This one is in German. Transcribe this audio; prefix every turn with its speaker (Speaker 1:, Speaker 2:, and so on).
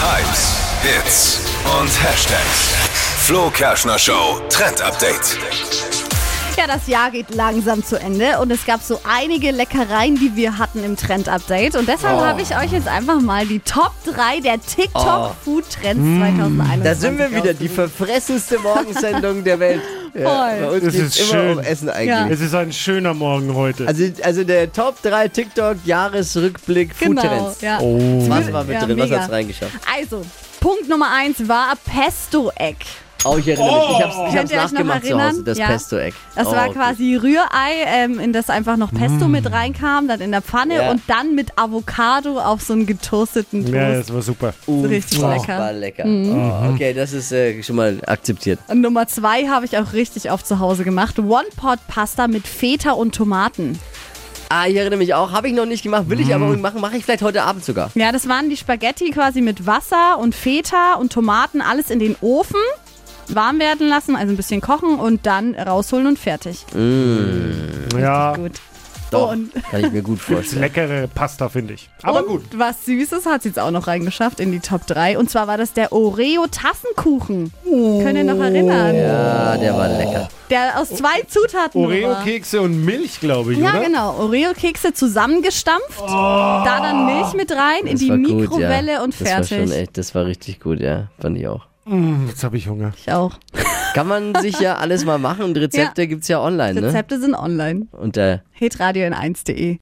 Speaker 1: Hypes, Hits und Hashtags. Flo Kerschner Show Trend Update.
Speaker 2: Ja, das Jahr geht langsam zu Ende und es gab so einige Leckereien, die wir hatten im Trend-Update. Und deshalb
Speaker 3: Oh.
Speaker 2: habe ich euch jetzt einfach mal die Top 3 der
Speaker 3: Oh.
Speaker 2: TikTok-Food-Trends
Speaker 3: Mm,
Speaker 2: 2021.
Speaker 3: Da sind wir wieder, die verfressenste Morgensendung der Welt.
Speaker 2: Voll.
Speaker 3: bei uns
Speaker 4: Das
Speaker 3: geht's
Speaker 4: ist
Speaker 3: immer
Speaker 4: schön.
Speaker 3: um Essen
Speaker 2: Ja.
Speaker 3: eigentlich.
Speaker 4: Es ist ein schöner Morgen heute.
Speaker 3: Also, also der Top 3 TikTok-Jahresrückblick
Speaker 2: Genau,
Speaker 3: Foodtrends.
Speaker 2: ja.
Speaker 4: oh.
Speaker 3: Was war mit
Speaker 2: Ja,
Speaker 3: drin? Was
Speaker 2: mega.
Speaker 3: hat's reingeschafft?
Speaker 2: Also, Punkt Nummer 1 war Pesto-Egg.
Speaker 3: Oh, ich erinnere mich. Ich hab's, ich hab's
Speaker 2: Könnt ihr euch noch
Speaker 3: nachgemacht zu
Speaker 2: erinnern?
Speaker 3: Hause, das
Speaker 2: Ja.
Speaker 3: Pesto-Eck.
Speaker 2: Das
Speaker 3: oh,
Speaker 2: war
Speaker 3: okay.
Speaker 2: quasi Rührei, ähm, in das einfach noch Pesto mit reinkam, dann in der Pfanne
Speaker 3: Ja.
Speaker 2: und dann mit Avocado auf so einen getoasteten Toast. Oh,
Speaker 4: Ja, das war super.
Speaker 2: richtig
Speaker 3: Unfassbar
Speaker 2: lecker.
Speaker 3: Oh,
Speaker 2: Mhm.
Speaker 3: lecker. Oh, okay, das ist äh, schon mal akzeptiert.
Speaker 2: Und Nummer zwei habe ich auch richtig oft zu Hause gemacht. One-Pot-Pasta mit Feta und Tomaten.
Speaker 3: Ah, ich erinnere mich auch. Habe ich noch nicht gemacht. Will ich
Speaker 4: Mhm.
Speaker 3: aber unbedingt machen. Mache ich vielleicht heute Abend sogar.
Speaker 2: Ja, das waren die Spaghetti quasi mit Wasser und Feta und Tomaten, alles in den Ofen. Warm werden lassen, also ein bisschen kochen und dann rausholen und fertig.
Speaker 4: Ja,
Speaker 2: Gut.
Speaker 3: Doch,
Speaker 2: Oh, Und-
Speaker 3: kann ich mir gut
Speaker 4: das
Speaker 3: vorstellen.
Speaker 4: leckere Pasta, finde ich. Aber
Speaker 2: und
Speaker 4: gut.
Speaker 2: was Süßes hat sie jetzt auch noch reingeschafft in die Top 3. Und zwar war das der Oreo-Tassenkuchen.
Speaker 4: Oh.
Speaker 2: Könnt ihr noch erinnern?
Speaker 3: Ah, der war lecker.
Speaker 2: Der aus zwei Zutaten war.
Speaker 4: Oreo-Kekse und Milch, glaube ich,
Speaker 2: Ja,
Speaker 4: oder? Oh.
Speaker 2: genau. Oreo-Kekse zusammengestampft, da dann Milch mit rein, in
Speaker 3: Das
Speaker 2: die
Speaker 3: war gut,
Speaker 2: Mikrowelle
Speaker 3: ja.
Speaker 2: und
Speaker 3: Das war schon
Speaker 2: fertig.
Speaker 3: echt, das war richtig gut, ja. Fand ich auch.
Speaker 4: Hm, Jetzt habe ich Hunger.
Speaker 2: Ich auch.
Speaker 3: Kann man sich ja alles mal machen und Rezepte gibt's ja online, ne?
Speaker 2: Rezepte sind online.
Speaker 3: Und äh,
Speaker 2: Hitradio in 1.de.